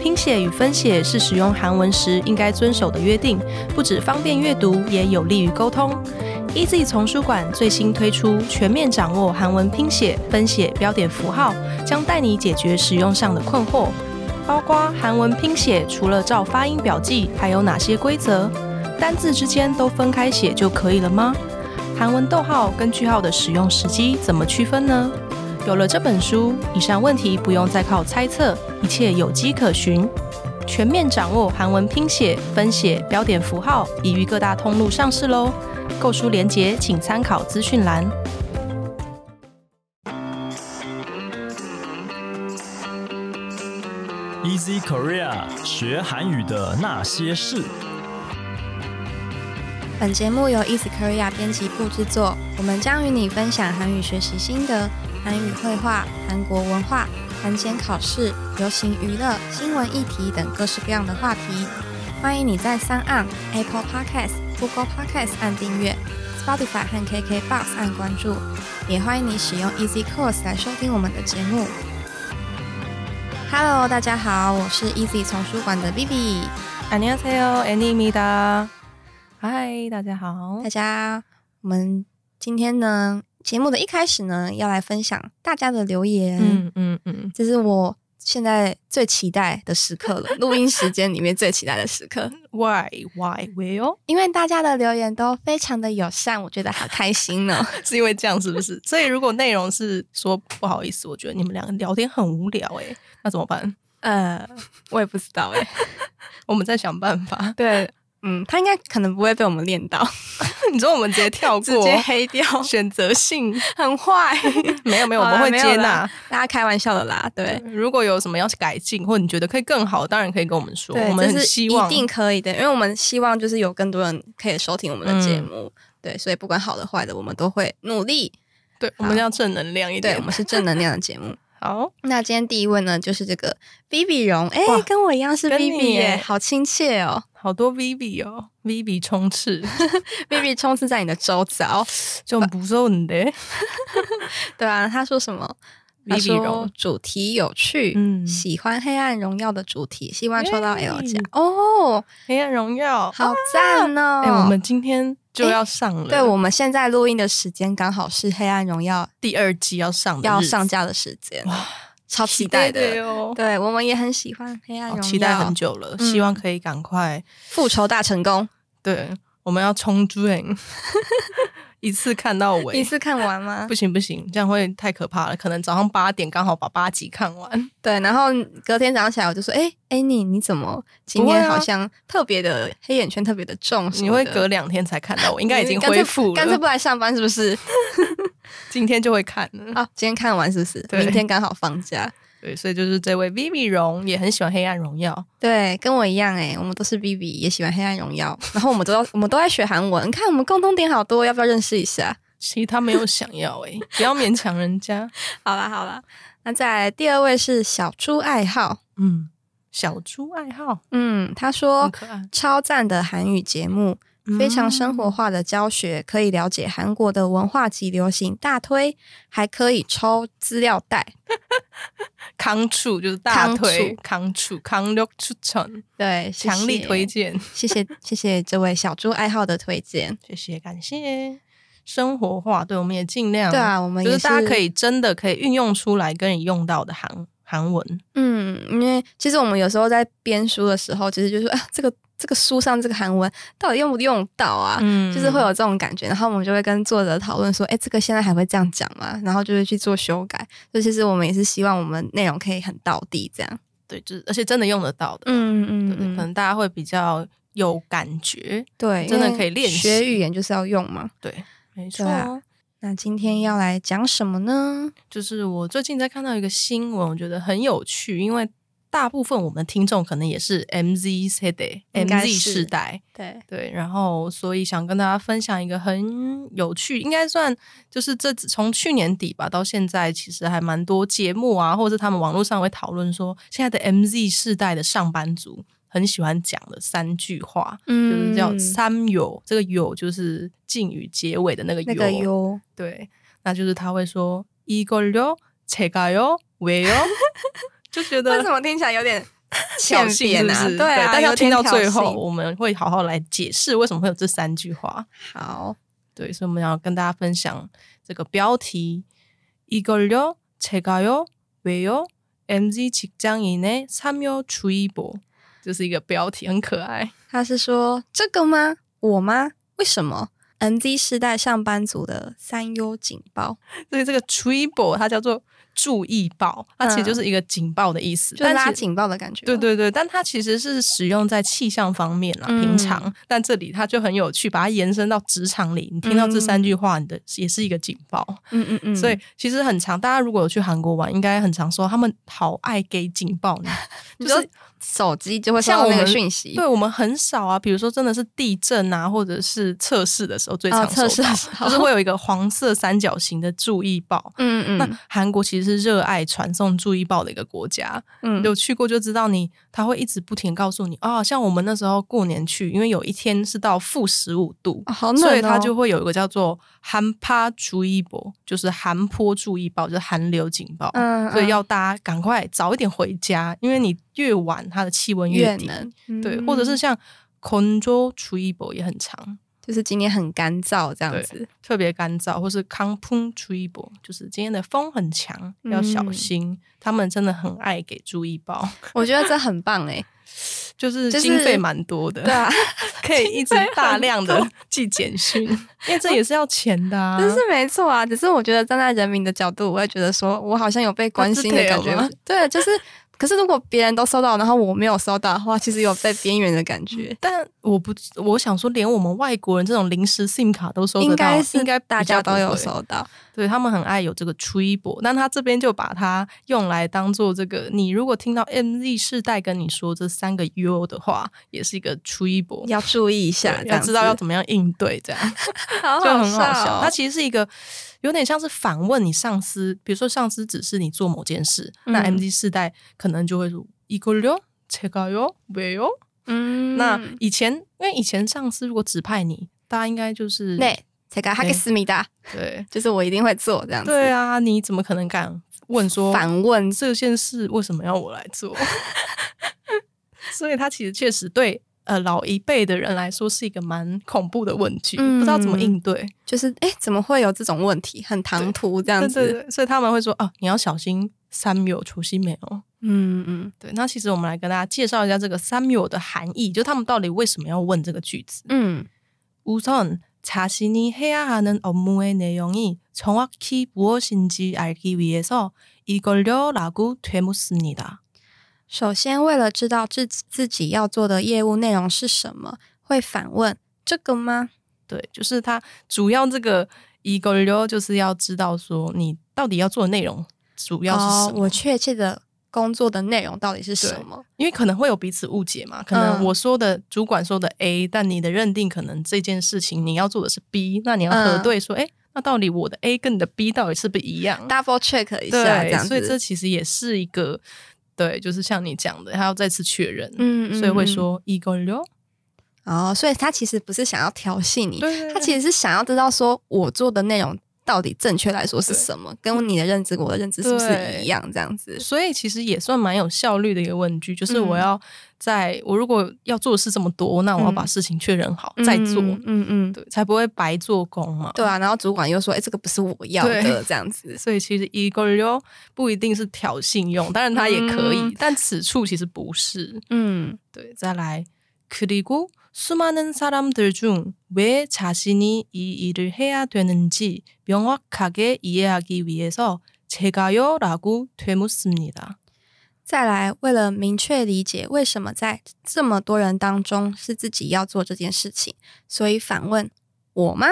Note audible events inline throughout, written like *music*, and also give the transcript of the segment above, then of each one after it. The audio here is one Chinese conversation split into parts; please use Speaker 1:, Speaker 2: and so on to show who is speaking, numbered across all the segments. Speaker 1: 拼写与分写是使用韩文时应该遵守的约定，不只方便阅读，也有利于沟通。Easy 丛书馆最新推出全面掌握韩文拼写、分写、标点符号，将带你解决使用上的困惑，包括韩文拼写除了照发音表记，还有哪些规则？单字之间都分开写就可以了吗？韩文逗号跟句号的使用时机怎么区分呢？有了这本书，以上问题不用再靠猜测，一切有迹可循。全面掌握韩文拼写、分写、标点符号，已于各大通路上市喽。购书链接请参考资讯栏。
Speaker 2: Easy Korea 学韩语的那些事。
Speaker 3: 本节目由 Easy Korea 编辑部制作，我们将与你分享韩语学习心得、韩语绘画、韩国文化、韩检考试、流行娱乐、新闻议题等各式各样的话题。欢迎你在三岸 Apple Podcast、Google Podcast 按订阅，Spotify 和 KKBox 按关注，也欢迎你使用 Easy Course 来收听我们的节目。Hello，大家好，我是 Easy 丛书馆的 Vivi。
Speaker 1: 안녕하세요 Annie 입니다嗨，大家好
Speaker 3: 大。家，我们今天呢，节目的一开始呢，要来分享大家的留言。嗯，
Speaker 1: 嗯嗯嗯，
Speaker 3: 这是我现在最期待的时刻了，录音时间里面最期待的时刻，
Speaker 1: why why will
Speaker 3: 因为大家的留言都非常的友善，我觉得好开心哦呢、
Speaker 1: 是因为这样是不是？所以如果内容是说不好意思，我觉得你们两个聊天很无聊哎、那怎么办？
Speaker 3: 呃，我也不知道哎、
Speaker 1: *laughs* 我们再想办法。
Speaker 3: 对，嗯，他应该可能不会被我们练到，
Speaker 1: *laughs* 你说我们直接跳
Speaker 3: 直
Speaker 1: 过，
Speaker 3: 接
Speaker 1: *laughs*
Speaker 3: 黑掉，
Speaker 1: 选择性
Speaker 3: 很坏。
Speaker 1: 没
Speaker 3: *laughs*
Speaker 1: 有没有，我
Speaker 3: 好啦啊
Speaker 1: 们会
Speaker 3: 没有
Speaker 1: 接
Speaker 3: 啦
Speaker 1: 纳。
Speaker 3: 大家开玩笑的啦，对。
Speaker 1: 对，如果有什么要改进，或者你觉得可以更好，当然可以跟我们说。
Speaker 3: 对，
Speaker 1: 我们
Speaker 3: 这
Speaker 1: 很
Speaker 3: 是
Speaker 1: 希望
Speaker 3: 一定可以的，因为我们希望就是有更多人可以收听我们的节目。对，所以不管好的坏的，我们都会努力。
Speaker 1: 对，我们要正能量一
Speaker 3: 对，
Speaker 1: 点
Speaker 3: *laughs* 我。们是正能量的节目。
Speaker 1: 好，
Speaker 3: *laughs* 那今天第一位呢，就是这个 B B 荣，哎、
Speaker 1: 哇
Speaker 3: 跟我一样是
Speaker 1: 跟
Speaker 3: B
Speaker 1: 你
Speaker 3: B 耶
Speaker 1: 耶，
Speaker 3: 好亲切
Speaker 1: *laughs*
Speaker 3: 哦。
Speaker 1: 好多 Vivi 哦，Vivi 充
Speaker 3: *laughs*
Speaker 1: 斥，
Speaker 3: B B 充斥在你的周遭，
Speaker 1: 就不受你的。 *laughs*
Speaker 3: 对啊，他说什么？他
Speaker 1: Vivi
Speaker 3: 说
Speaker 1: 荣
Speaker 3: 主题有趣，
Speaker 1: 嗯
Speaker 3: 喜欢《黑暗荣耀》的主题，希望抽到 L
Speaker 1: 耶
Speaker 3: 奖哦，
Speaker 1: 黑暗荣耀，
Speaker 3: 好赞哦！
Speaker 1: 哎、我们今天就要上了，
Speaker 3: 对我们现在录音的时间刚好是《黑暗荣耀》
Speaker 1: 第二季要上的日子，
Speaker 3: 要上架的时间，
Speaker 1: 哇，
Speaker 3: 超期待的。
Speaker 1: 哦。
Speaker 3: 对我们也很喜欢《黑暗
Speaker 1: 好
Speaker 3: 荣耀》，
Speaker 1: 哦期待很久了，
Speaker 3: 嗯
Speaker 1: 希望可以赶快。
Speaker 3: 复仇大成功，
Speaker 1: 对，我们要冲追， *laughs* 一次看到尾，
Speaker 3: 一次看完吗
Speaker 1: 不？行不行，这样会太可怕了。可能早上八点刚好把八集看完，
Speaker 3: 对，然后隔天早上起来我就说：“哎、哎，你你怎么今
Speaker 1: 不会
Speaker 3: 天
Speaker 1: 啊
Speaker 3: 好像特别的黑眼圈特别的重什么的？
Speaker 1: 你会隔两天才看到我，应该已经
Speaker 3: *laughs* 你干脆
Speaker 1: 恢复了，
Speaker 3: 干脆不来上班是不是？ *laughs*
Speaker 1: 今天就会看了。
Speaker 3: 啊，今天看完是不是？
Speaker 1: 对
Speaker 3: 明天刚好放假。
Speaker 1: 对，所以就是这位 Vivi 荣也很喜欢《黑暗荣耀》，
Speaker 3: 对，跟我一样哎、我们都是 B B，也喜欢《黑暗荣耀》，然后我们都要我们都在学韩文，看我们共通点好多，要不要认识一下？
Speaker 1: 其实他没有想要哎、不要勉强人家。
Speaker 3: 好啦好啦，那再来第二位是小猪爱好，
Speaker 1: 嗯，小猪爱好
Speaker 3: 嗯，他说
Speaker 1: 很可爱嗯
Speaker 3: 超赞的韩语节目，非常生活化的教学，可以了解韩国的文化及流行，大推，还可以抽资料袋。
Speaker 1: 康处就是大腿
Speaker 3: 康处
Speaker 1: 康处康六出城，
Speaker 3: 对，谢谢
Speaker 1: 强力推，荐，
Speaker 3: 谢
Speaker 1: *laughs*
Speaker 3: 谢谢谢这位小猪爱好的推荐。
Speaker 1: 谢谢感谢。生活化，对，我们也尽量
Speaker 3: 对啊，我们
Speaker 1: 就
Speaker 3: 也
Speaker 1: 是
Speaker 3: 是
Speaker 1: 大家可，以真的可以运用出来，跟你用到的韩韩文，
Speaker 3: 嗯，因为其实我们有时候在编书的时候，其实就是啊，这个这个书上这个韩文到底用不用到啊？
Speaker 1: 嗯
Speaker 3: 就是会有这种感觉，然后我们就会跟作者讨论说，哎、这个现在还会这样讲吗？然后就会去做修改。所以其实我们也是希望我们内容可以很到地这样。
Speaker 1: 对，就是而且真的用得到的，
Speaker 3: 嗯
Speaker 1: 对对，可能大家会比较有感觉，
Speaker 3: 对，
Speaker 1: 真的
Speaker 3: 因为
Speaker 1: 可以练习
Speaker 3: 学语言就是要用嘛。
Speaker 1: 对，没错
Speaker 3: 对。啊那今天要来讲什么呢？
Speaker 1: 就是我最近在看到一个新闻，我觉得很有趣，因为大部分我们的听众可能也是 MZ 世代
Speaker 3: 应该
Speaker 1: ，MZ
Speaker 3: 是
Speaker 1: 世代，
Speaker 3: 对，
Speaker 1: 对，然后所以想跟大家分享一个很有趣，应该算就是这从去年底吧到现在，其实还蛮多节目啊，或者是他们网络上会讨论说，现在的 MZ 世代的上班族很喜欢讲的三句话，就是
Speaker 3: 嗯
Speaker 1: 叫三有，这个有就是敬语结尾的那个有，
Speaker 3: 那个哟，
Speaker 1: 对，那就是他会说이걸요제가요왜요，就觉 *laughs*
Speaker 3: 为什
Speaker 1: 得 *laughs*
Speaker 3: 么听起来有点
Speaker 1: 挑
Speaker 3: 欠
Speaker 1: 衅是
Speaker 3: 扁
Speaker 1: 不
Speaker 3: 啊
Speaker 1: 是？
Speaker 3: 对啊
Speaker 1: 大家
Speaker 3: 有
Speaker 1: 听
Speaker 3: 点
Speaker 1: 到
Speaker 3: 挑
Speaker 1: 最后，
Speaker 3: 衅
Speaker 1: 我们会好好来解释为什么会有这三句话。
Speaker 3: 好，
Speaker 1: 对，所以我们要跟大家分享这个标题：이걸요제가요왜요 MZ 직장인의참여주의보，这是一个标题，很可爱。
Speaker 3: 他是说这个吗？我吗？为什么？MZ 世代上班族的三优警报，
Speaker 1: 所以这个 “tribal” 它叫做注意报，它其实就是一个警报的意思，
Speaker 3: 嗯就是
Speaker 1: 但
Speaker 3: 拉
Speaker 1: 其实。
Speaker 3: 警报的感觉。哦
Speaker 1: 对，对对，但它其实是使用在气象方面啦，
Speaker 3: 嗯
Speaker 1: 平常。但这里它就很有趣，把它延伸到职场里。你听到这三句话，你的也是一个警报。
Speaker 3: 嗯嗯嗯。
Speaker 1: 所以其实很常，大家如果有去韩国玩，应该很常说他们好爱给警报
Speaker 3: *laughs*
Speaker 1: 呢。
Speaker 3: 你
Speaker 1: 就
Speaker 3: 说
Speaker 1: 是
Speaker 3: 手机就会收
Speaker 1: 像
Speaker 3: 到
Speaker 1: 我
Speaker 3: 那个
Speaker 1: 们
Speaker 3: 讯息，
Speaker 1: 对我们很少啊，比如说真的是地震啊，或者是测试的时候最常
Speaker 3: 哦测
Speaker 1: 收
Speaker 3: 试的
Speaker 1: 到
Speaker 3: 时候
Speaker 1: 就是会有一个黄色三角形的注意报。
Speaker 3: 嗯嗯
Speaker 1: 那韩国其实是热爱传送注意报的一个国家，
Speaker 3: 嗯
Speaker 1: 有去过就知道你，他会一直不停告诉你啊、像我们那时候过年去，因为有一天是到负十五度。
Speaker 3: 哦好冷、哦，
Speaker 1: 所以它就会有一个叫做寒趴注意报，就是寒坡注意报，就是寒流警报。
Speaker 3: 嗯，嗯
Speaker 1: 所以要大家赶快早一点回家，因为你越晚它的气温
Speaker 3: 越
Speaker 1: 越低。
Speaker 3: 冷，
Speaker 1: 对，
Speaker 3: 嗯
Speaker 1: 或者是像空州注意报也很长，
Speaker 3: 就是今天很干燥这样
Speaker 1: 对
Speaker 3: 子，
Speaker 1: 特别干燥，或是康พุ่注意报，就是今天的风很强，
Speaker 3: 嗯
Speaker 1: 要小心。他们真的很爱给注意报，
Speaker 3: 我觉得这很棒哎、
Speaker 1: *laughs* 就是
Speaker 3: 就是
Speaker 1: 经费蛮多的，
Speaker 3: 对啊，
Speaker 1: *laughs* 可以一直大量的寄简讯，因为这也是要钱的
Speaker 3: *laughs*
Speaker 1: 啊。
Speaker 3: *laughs* 这是没错啊。只是我觉得站在人民的角度，我会觉得说我好
Speaker 1: *laughs*
Speaker 3: 像有被关心的感觉
Speaker 1: 啊。
Speaker 3: 对，就是，可是如果别人都收到，然后我没有收到的话，其实有被边缘的感觉。
Speaker 1: 但我不，我想说，连我们外国人这种临时 SIM 卡都收得到，
Speaker 3: 应该是
Speaker 1: 应该比较
Speaker 3: 大家都
Speaker 1: 不
Speaker 3: 有
Speaker 1: 会
Speaker 3: 收到，
Speaker 1: 对他们很爱有这个 t r i b l 但他这边就把它用来当做这个，你如果听到 MZ 世代跟你说这三个 U 的话，也是一个 t r i b l
Speaker 3: 要注意一下，这
Speaker 1: 要
Speaker 3: 样
Speaker 1: 知道要
Speaker 3: 子
Speaker 1: 怎么样应对，这样
Speaker 3: 好
Speaker 1: 就很好
Speaker 3: 笑
Speaker 1: 笑。
Speaker 3: 哦。
Speaker 1: 它其实是一个有点像是反问你上司，比如说上司指示你做某件事，那
Speaker 3: 嗯
Speaker 1: MZ 世代可能就会说이걸요제가요왜요？
Speaker 3: 嗯
Speaker 1: 那以前因为以前上司如果指派你，大家应该就是
Speaker 3: 对，这个哈克思密达，
Speaker 1: 对
Speaker 3: 就是我一定会做这样子。
Speaker 1: 对啊，你怎么可能敢问说
Speaker 3: 反问
Speaker 1: 这件事为什么要我来做？ *laughs* 所以他其实确实对呃老一辈的人来说是一个蛮恐怖的问句，
Speaker 3: 嗯
Speaker 1: 不知道怎么应对。
Speaker 3: 就是哎、诶怎么会有这种问题？很唐突这样
Speaker 1: 对
Speaker 3: 子。
Speaker 1: 对对，所以他们会说哦，你要小心三秒除夕没有。
Speaker 3: 嗯嗯
Speaker 1: 对，那其实我们来跟大家介绍一下这个三秒的含义，就他们到底为什么要问这个句子。
Speaker 3: 嗯，
Speaker 1: 우선 자신이 해야 하는 업무의 내용이 정확히 무엇인지 알기 위해서 이걸요라고 되묻습니다.
Speaker 3: 首先为了知道自自己要做的业务内容是什么，会反问这个吗？
Speaker 1: 对，就是它主要这个 e g o l 就是要知道说你到底要做的内容主要是什
Speaker 3: 哦，
Speaker 1: 么，
Speaker 3: 我确切的工作的内容到底是什么？
Speaker 1: 因为可能会有彼此误解嘛。可能
Speaker 3: 嗯
Speaker 1: 我说的、主管说的 A，但你的认定可能这件事情你要做的是 B，那你要核
Speaker 3: 嗯
Speaker 1: 对说，哎、那到底我的 A 跟你的 B 到底是不是一样？
Speaker 3: double check 一下，这
Speaker 1: 对
Speaker 3: 样，子。
Speaker 1: 所以这其实也是一个对，就是像你讲的，他要再次确认，
Speaker 3: 嗯嗯
Speaker 1: 所以会
Speaker 3: 嗯
Speaker 1: 说 e g o l
Speaker 3: 哦，所以他其实不是想要调戏你，
Speaker 1: 对
Speaker 3: 他其实是想要知道说我做的内容到底正确来说是什么，跟你的认知、我的认知是不是
Speaker 1: 对
Speaker 3: 一样？这样子，
Speaker 1: 所以其实也算蛮有效率的一个问句，就是
Speaker 3: 嗯
Speaker 1: 我要在、我如果要做的事这么多，那我要把
Speaker 3: 嗯
Speaker 1: 事情确认好、再做，
Speaker 3: 嗯嗯嗯，
Speaker 1: 对，才不会白做工嘛。
Speaker 3: 对啊。然后主管又说：“哎、这个不是我要的
Speaker 1: 对，
Speaker 3: 这样
Speaker 1: *laughs*
Speaker 3: 子。
Speaker 1: 所以其实 ego 流不一定是挑衅用，当然它也可以，
Speaker 3: 嗯
Speaker 1: 但此处其实不是。”
Speaker 3: 嗯，
Speaker 1: 对，再来그리고수많은사람들중왜자신이이일을해야되는지명확하게이해하기위해서제가요라고되묻습니다。
Speaker 3: *laughs* 再来，为了明确理解为什么在这么多人当中是自己要做这件事情，所以反问我吗？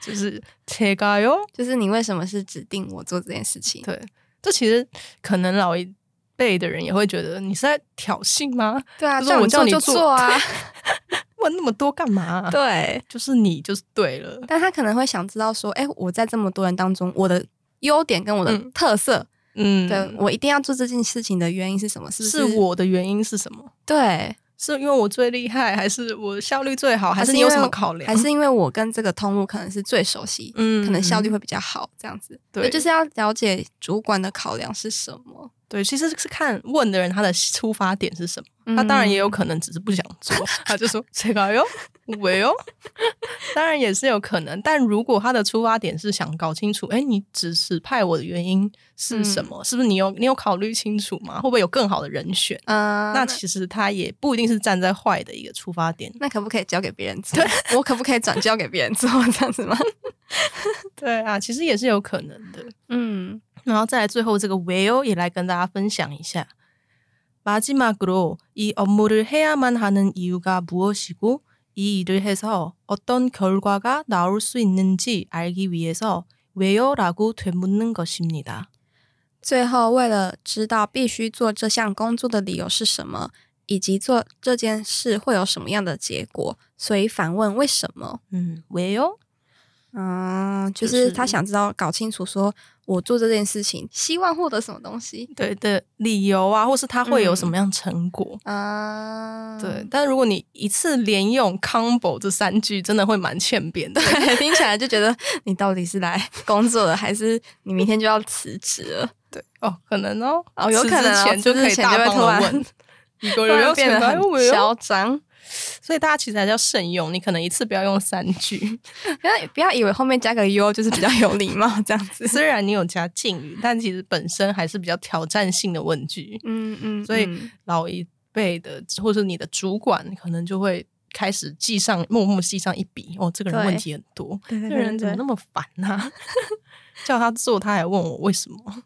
Speaker 1: 就是제가요。
Speaker 3: 就是你为什么是指定我做这件事情？
Speaker 1: 对，这其实可能老一辈的人也会觉得你是在挑衅吗？
Speaker 3: 对啊，
Speaker 1: 就是
Speaker 3: 叫
Speaker 1: 我
Speaker 3: 你
Speaker 1: 叫
Speaker 3: 做
Speaker 1: 你
Speaker 3: 就
Speaker 1: 做
Speaker 3: 做啊。
Speaker 1: *laughs* 问那么多干嘛、
Speaker 3: *laughs* 对，
Speaker 1: 就是你就是对了。
Speaker 3: 但他可能会想知道说，哎、我在这么多人当中，我的优点跟我的
Speaker 1: 嗯
Speaker 3: 特色，
Speaker 1: 嗯，
Speaker 3: 对我一定要做这件事情的原因是什么？是不
Speaker 1: 是我的原因是什么？
Speaker 3: 对，
Speaker 1: 是因为我最厉害，还是我效率最好，还是
Speaker 3: 因
Speaker 1: 你有
Speaker 3: 为
Speaker 1: 什么考量？
Speaker 3: 还是因为我跟这个通路可能是最熟悉，
Speaker 1: 嗯
Speaker 3: 可能效率会比较好，这样子。
Speaker 1: 对
Speaker 3: 就是要了解主管的考量是什么。
Speaker 1: 对，其实是看问的人他的出发点是什么。
Speaker 3: 嗯
Speaker 1: 他当然也有可能只是不想做，他就说这个哎哟，我哟，哦当然也是有可能。但如果他的出发点是想搞清楚，哎，你指使派我的原因是
Speaker 3: 嗯
Speaker 1: 什么？是不是你有你有考虑清楚吗？会不会有更好的人选？
Speaker 3: 嗯，
Speaker 1: 那其实他也不一定是站在坏的一个出发点。
Speaker 3: 那可不可以交给别人做？我可不可以转交给别人做 *laughs* 这样子吗？
Speaker 1: 对啊，其实也是有可能的。
Speaker 3: 嗯
Speaker 1: 然后再来最后这个 will 也来跟大家分享一下。마지막으로이업무를해야만하는이유가무엇이고이일을해서어떤결과가나올수있는지알기위해서 왜요라고 되묻는 것입니다.
Speaker 3: 最后为了知道必须做这项工作的理由是什么，以及做这件事会有什么样的结果，所以反问为什么？
Speaker 1: 嗯，왜요？ 음, 啊
Speaker 3: 嗯，就
Speaker 1: 就是
Speaker 3: 是他想知道搞清楚，说我做这件事情希望获得什么东西
Speaker 1: 对的理由啊，或是他会有 네, 什么样成果？
Speaker 3: 啊？
Speaker 1: 对，，但如果你一次连用 combo 这三句，真的会蛮欠扁的。
Speaker 3: *laughs* 听起来就觉得你到底是来 *laughs* 工作的，还是你明天就要辞职了？
Speaker 1: 对 *laughs* 哦，可能哦，
Speaker 3: 哦有可能哦
Speaker 1: 辞职前就可以
Speaker 3: 辞职前就
Speaker 1: 大方
Speaker 3: 会突
Speaker 1: *laughs*
Speaker 3: 然
Speaker 1: 的问，你有
Speaker 3: 突
Speaker 1: 没
Speaker 3: 然
Speaker 1: 有
Speaker 3: 变
Speaker 1: 钱
Speaker 3: 得
Speaker 1: 吗
Speaker 3: 很
Speaker 1: 我有
Speaker 3: 嚣张， *laughs*
Speaker 1: 所以大家其实还是要慎用，你可能一次不要用三
Speaker 3: *laughs*
Speaker 1: 句。
Speaker 3: 不要不要以为后面加个 U 就是比较有礼貌这样子。
Speaker 1: 虽然你有加敬语，但其实本身还是比较挑战性的问句。
Speaker 3: *laughs* 嗯嗯，
Speaker 1: 所以老一辈的或者你的主管可能就会开始记上，默默记上一笔。哦，这个人
Speaker 3: 对
Speaker 1: 问题很多，
Speaker 3: 对
Speaker 1: 这个人怎么那么烦呢、 *laughs* 叫他做，他还问我为什么。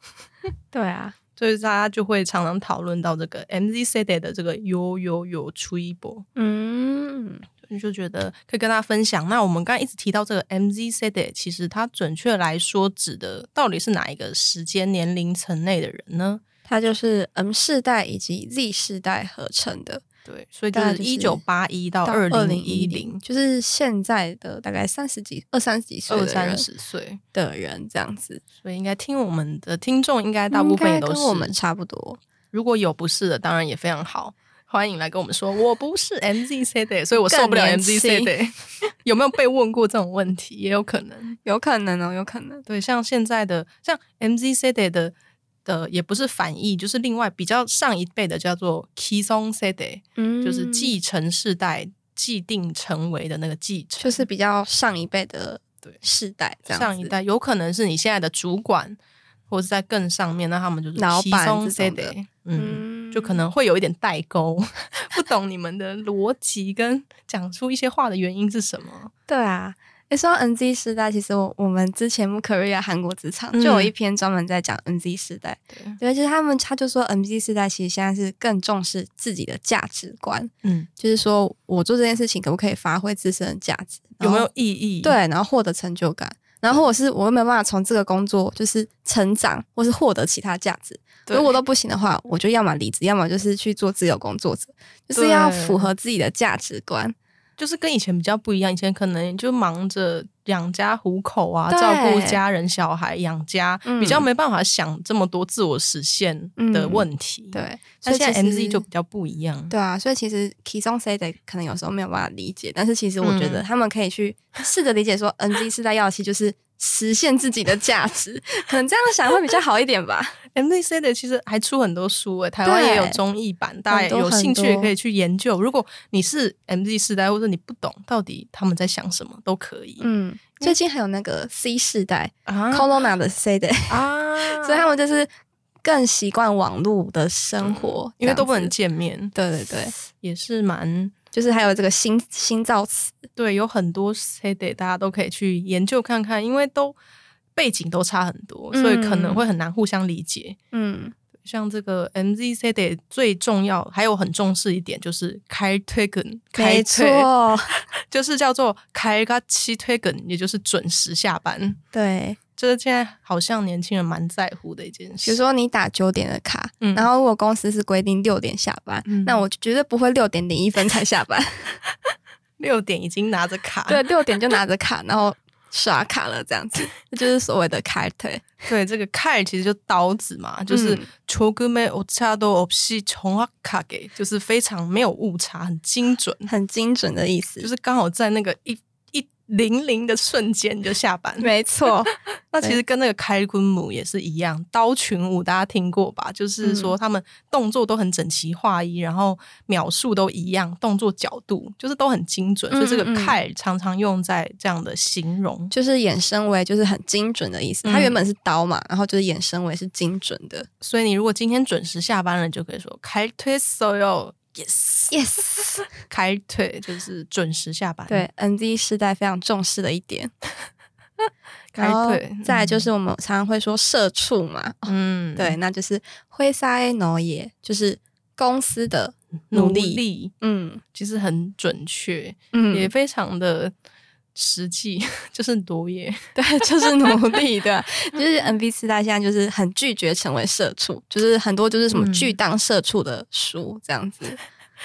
Speaker 3: 对啊？
Speaker 1: 所以大家就会常常讨论到这个 MZ C Day 的这个有有有出一波。
Speaker 3: 嗯，
Speaker 1: 你就觉得可以跟大家分享。那我们刚刚一直提到这个 MZ C Day，其实它准确来说指的到底是哪一个时间年龄层内的人呢？
Speaker 3: 它就是 M 世代以及 Z 世代合成的，
Speaker 1: 对，所以就
Speaker 3: 大概
Speaker 1: 是
Speaker 3: 就是
Speaker 1: 一九八一到二零
Speaker 3: 零
Speaker 1: 一
Speaker 3: 零，
Speaker 1: 零，
Speaker 3: 就是现在的大概三十几、二三十几岁的
Speaker 1: 二
Speaker 3: 人
Speaker 1: 三十岁。
Speaker 3: 的人这样子，
Speaker 1: 所以应该听我们的听众，应该大部分也
Speaker 3: 应该
Speaker 1: 都是
Speaker 3: 跟我们差不多。
Speaker 1: 如果有不是的，当然也非常好，欢迎来跟我们说，我不是 MZ C Day，所以我受不了
Speaker 3: 更年
Speaker 1: MZ C
Speaker 3: 轻
Speaker 1: Day。有 *laughs* 没有被问过这种问题？也有可能。
Speaker 3: 有可能哦，有可能。
Speaker 1: 对，像现在的像 MZ C Day 的的也不是反义，就是另外比较上一辈的叫做 k i s o n C Day，、
Speaker 3: 嗯
Speaker 1: 就是继承世代既定成为的那个继承，
Speaker 3: 就是比较上一辈的
Speaker 1: 对
Speaker 3: 世代这样子
Speaker 1: 上一代有可能是你现在的主管，或者是在更上面，那他们就是
Speaker 3: 老
Speaker 1: k i
Speaker 3: 板
Speaker 1: s o n
Speaker 3: 这
Speaker 1: C
Speaker 3: 种的
Speaker 1: Day，嗯。就可能会有一点代沟， *laughs* 不懂你们的逻辑跟讲出一些话的原因是什么？
Speaker 3: 对啊。诶说到 NZ 世代，其实我我们之前 m u k r e a 韩国职场、
Speaker 1: 嗯
Speaker 3: 就有一篇专门在讲 NZ 世代，
Speaker 1: 对，
Speaker 3: 对，就是他们他就说 NZ 世代其实现在是更重视自己的价值观，
Speaker 1: 嗯，
Speaker 3: 就是说我做这件事情可不可以发挥自身的价值，
Speaker 1: 有没
Speaker 3: 然
Speaker 1: 有
Speaker 3: 后
Speaker 1: 意义？
Speaker 3: 对，，然后获得成就感，然后或者是我又没有办法从这个工作就是成长，或是获得其他价值，
Speaker 1: 对
Speaker 3: 如果都不行的话，我就要么离职，要么就是去做自由工作者，就是要
Speaker 1: 对
Speaker 3: 符合自己的价值观。
Speaker 1: 就是跟以前比较不一样，以前可能就忙着养家糊口啊，
Speaker 3: 对
Speaker 1: 照顾家人、小孩、养家，
Speaker 3: 嗯
Speaker 1: 比较没办法想这么多自我实现的问题。，
Speaker 3: 对，
Speaker 1: 但现在
Speaker 3: 嗯所以其
Speaker 1: MZ
Speaker 3: 实
Speaker 1: 就比较不一样。
Speaker 3: 对啊，所以其实 k i s o n C 的可能有时候没有办法理解，但是其实我觉得
Speaker 1: 嗯
Speaker 3: 他们可以去试着理解说，NG 世代要期就是实现自己的价值，可能这样想会比较好一
Speaker 1: *laughs*
Speaker 3: 点吧。
Speaker 1: MZ C 哎的其实还出很多书诶、台湾
Speaker 3: 对
Speaker 1: 也有中译版，大家
Speaker 3: 很多
Speaker 1: 有兴趣
Speaker 3: 很多
Speaker 1: 也可以去研究。如果你是 MZ 世代，或者你不懂到底他们在想什么，都可以。
Speaker 3: 嗯，最近还有那个 C 世代、
Speaker 1: 啊
Speaker 3: Corona 的 C 代，
Speaker 1: 啊
Speaker 3: *laughs* 所以他们就是更习惯网络的生活，
Speaker 1: 因为都不
Speaker 3: 这
Speaker 1: 能
Speaker 3: 样子。
Speaker 1: 见面，
Speaker 3: 对对对，
Speaker 1: 也是蛮
Speaker 3: 就是还有这个新新造词，
Speaker 1: 对，有很多 C day 大家都可以去研究看看，因为都背景都差很多，所以可能
Speaker 3: 嗯
Speaker 1: 会很难互相理解。
Speaker 3: 嗯，
Speaker 1: 像这个 MZ C day 最重要，还有很重视一点就是开推梗，开推
Speaker 3: 没错，
Speaker 1: *laughs* 就是叫做开个七推梗，也就是准时下班。
Speaker 3: 对。
Speaker 1: 这是现在好像年轻人蛮在乎的一件事。
Speaker 3: 比如说你打九点的卡，
Speaker 1: 嗯
Speaker 3: 然后如果公司是规定六点下班，
Speaker 1: 嗯
Speaker 3: 那我就绝对不会六点零一分才下 *laughs* 班，
Speaker 1: 六点已经拿着卡，
Speaker 3: 对，六点就拿着卡，然后刷卡了这样子， *laughs* 这就是所谓的开腿。
Speaker 1: 对，这个 칼其实就刀子嘛，就是
Speaker 3: 嗯
Speaker 1: 조금의 오차도 없이 정확하게，就是非常没有误差，很精准，
Speaker 3: 很精准的意思，
Speaker 1: 就是刚好在那个一一零零的瞬间你就下班。
Speaker 3: 没错，
Speaker 1: 那其实跟那个开군舞也是一样，刀群舞大家听过吧？
Speaker 3: 嗯
Speaker 1: 就是说他们动作都很整齐划一，然后秒数都一样，动作角度就是都很精准，所以这个
Speaker 3: 嗯嗯嗯
Speaker 1: “kai” 常常用在这样的形容。
Speaker 3: 就是衍生为就是很精准的意思。它
Speaker 1: 嗯
Speaker 3: 原本是刀嘛，然后就是衍生为是精准的。
Speaker 1: 所以你如果今天准时下班了，你就可以说“开腿 so yo yes”，
Speaker 3: Yes，
Speaker 1: 开腿就是准时下班。
Speaker 3: *laughs* 对，NZ 世代非常重视的一点。
Speaker 1: 开
Speaker 3: 然后
Speaker 1: 腿
Speaker 3: 再来就是我们常常会说社畜嘛，
Speaker 1: 嗯，嗯，
Speaker 3: 对，那就是灰沙挪也，就是公司的
Speaker 1: 努
Speaker 3: 努力
Speaker 1: 力
Speaker 3: 嗯
Speaker 1: 其实很准确，
Speaker 3: 嗯，
Speaker 1: 也非常的实际， *laughs* 就是多耶。
Speaker 3: *laughs* 对，就是努力的，就是 NV 四代现在就是很拒绝成为社畜，就是很多就是什么
Speaker 1: 嗯
Speaker 3: 拒当社畜的书这
Speaker 1: *laughs*
Speaker 3: 样子，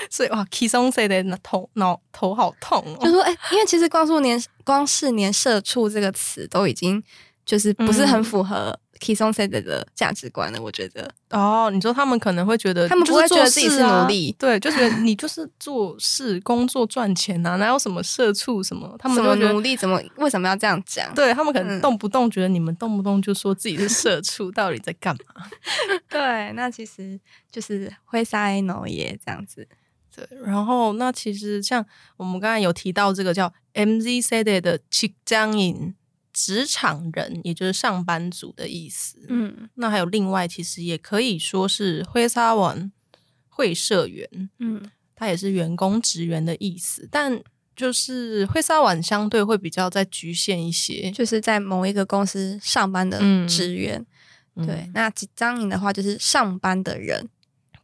Speaker 1: 所以哇，K 松 C 的头脑头好痛
Speaker 3: 就
Speaker 1: 哦。
Speaker 3: 说哎、因为其实光速年光是年社畜这个词都已经就是不是
Speaker 1: 嗯
Speaker 3: 很符合 k i s o n s e 的价值观了，我觉得
Speaker 1: 哦，你说他们可能会觉得，
Speaker 3: 他们不会
Speaker 1: 就是做
Speaker 3: 觉得自己是
Speaker 1: 事啊
Speaker 3: 努力
Speaker 1: 对，就觉得你就是做事、工作赚钱呐、啊，哪有什么社畜什么？他们
Speaker 3: 什
Speaker 1: 就
Speaker 3: 么
Speaker 1: 会觉得
Speaker 3: 努力怎么为什么要这样讲？
Speaker 1: 对他们可
Speaker 3: 嗯
Speaker 1: 能动不动觉得你们动不动就说自己是社畜，到底在干嘛？ *laughs*
Speaker 3: 对，那其实就是灰沙 A 农业这样子，
Speaker 1: 对，然后那其实像我们刚才有提到这个叫 MZ s e d 的 c h i j a n g i n 职场人，也就是上班族的意思。
Speaker 3: 嗯
Speaker 1: 那还有另外，其实也可以说是会沙文会社员，
Speaker 3: 嗯
Speaker 1: 它也是员工职员的意思，但。就是会沙碗相对会比较再局限一些，
Speaker 3: 就是在某一个公司上班的
Speaker 1: 嗯
Speaker 3: 职员。
Speaker 1: 嗯
Speaker 3: 对，那几张营的话就是上班的人，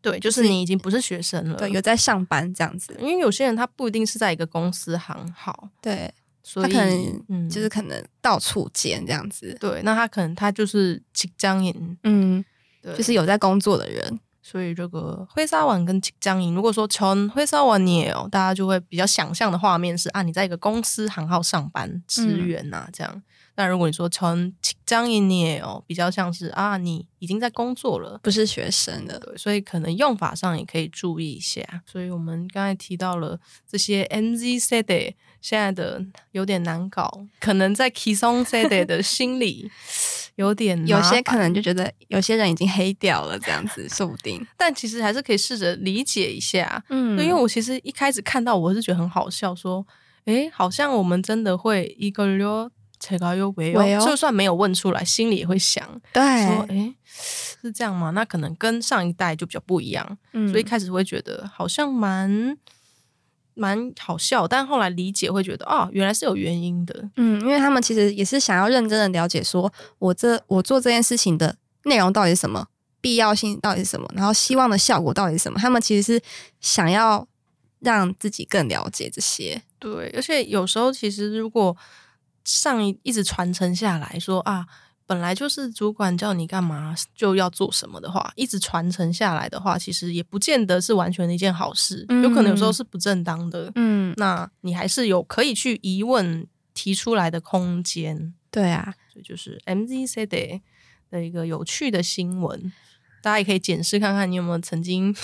Speaker 1: 对，就是
Speaker 3: 就是
Speaker 1: 你已经不是学生了，
Speaker 3: 对，有在上班这样子，
Speaker 1: 因为有些人他不一定是在一个公司行号，
Speaker 3: 对
Speaker 1: 所
Speaker 3: 他
Speaker 1: 以
Speaker 3: 可能
Speaker 1: 嗯
Speaker 3: 就是可能到处见这样子，
Speaker 1: 对，那他可能他就是即将赢，
Speaker 3: 嗯，
Speaker 1: 对，
Speaker 3: 就是有在工作的人，
Speaker 1: 所以这个灰沙碗跟即将赢，如果说从灰沙碗你也有，大家就会比较想象的画面是啊，你在一个公司行号上班，职
Speaker 3: 嗯
Speaker 1: 员呐、这样。那如果你说从即将赢你也有，比较像是啊，你已经在工作了。
Speaker 3: 不是学生的，
Speaker 1: 对，所以可能用法上也可以注意一下。所以我们刚才提到了这些 NZ s e d 现在的有点难搞，可能在 Kisong s e d 的心里有点
Speaker 3: 有
Speaker 1: 麻
Speaker 3: 些
Speaker 1: 烦
Speaker 3: 可能就觉得有些人已经黑掉了这样子，说不
Speaker 1: *laughs*
Speaker 3: 定，
Speaker 1: 但其实还是可以试着理解一下。
Speaker 3: 嗯
Speaker 1: 对因为我其实一开始看到，我是觉得很好笑，说，诶，好像我们真的会一个溜。切高又没
Speaker 3: 喂
Speaker 1: 有，
Speaker 3: 哦
Speaker 1: 就算没有问出来，心里也会想说：“
Speaker 3: 对，
Speaker 1: 诶，是这样吗？”那可能跟上一代就比较不一样。
Speaker 3: 嗯
Speaker 1: 所以一开始会觉得好像蛮蛮好笑，但后来理解会觉得哦，原来是有原因的。
Speaker 3: 嗯，因为他们其实也是想要认真的了解说，我这我做这件事情的内容到底是什么，必要性到底是什么，然后希望的效果到底是什么。他们其实是想要让自己更了解这些。
Speaker 1: 对，而且有时候其实如果上一一直传承下来说啊，本来就是主管叫你干嘛就要做什么的话，一直传承下来的话，其实也不见得是完全的一件好事，有可能有时候
Speaker 3: 嗯
Speaker 1: 是不正当的。
Speaker 3: 嗯，
Speaker 1: 那你还是有可以去疑问提出来的空间。
Speaker 3: 对啊，
Speaker 1: 所以就是 MZC Day 的一个有趣的新闻，大家也可以检视看看你有没有曾经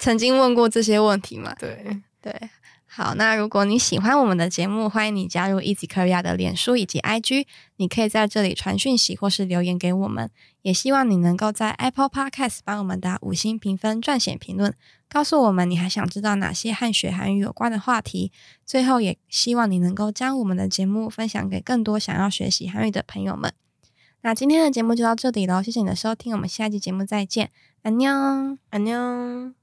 Speaker 3: 曾经问过这些问题
Speaker 1: *laughs*
Speaker 3: 嘛？
Speaker 1: 对
Speaker 3: 对，好，那如果你喜欢我们的节目，欢迎你加入 Easy Korea 的脸书以及 IG，你可以在这里传讯息或是留言给我们。也希望你能够在 Apple Podcast 帮我们打五星评分、撰写评论，告诉我们你还想知道哪些和学韩语有关的话题。最后，也希望你能够将我们的节目分享给更多想要学习韩语的朋友们。那
Speaker 1: 啊
Speaker 3: 今天的节目就到这里喽，谢谢你的收听，我们下期节目再见，安妞。
Speaker 1: 安妞。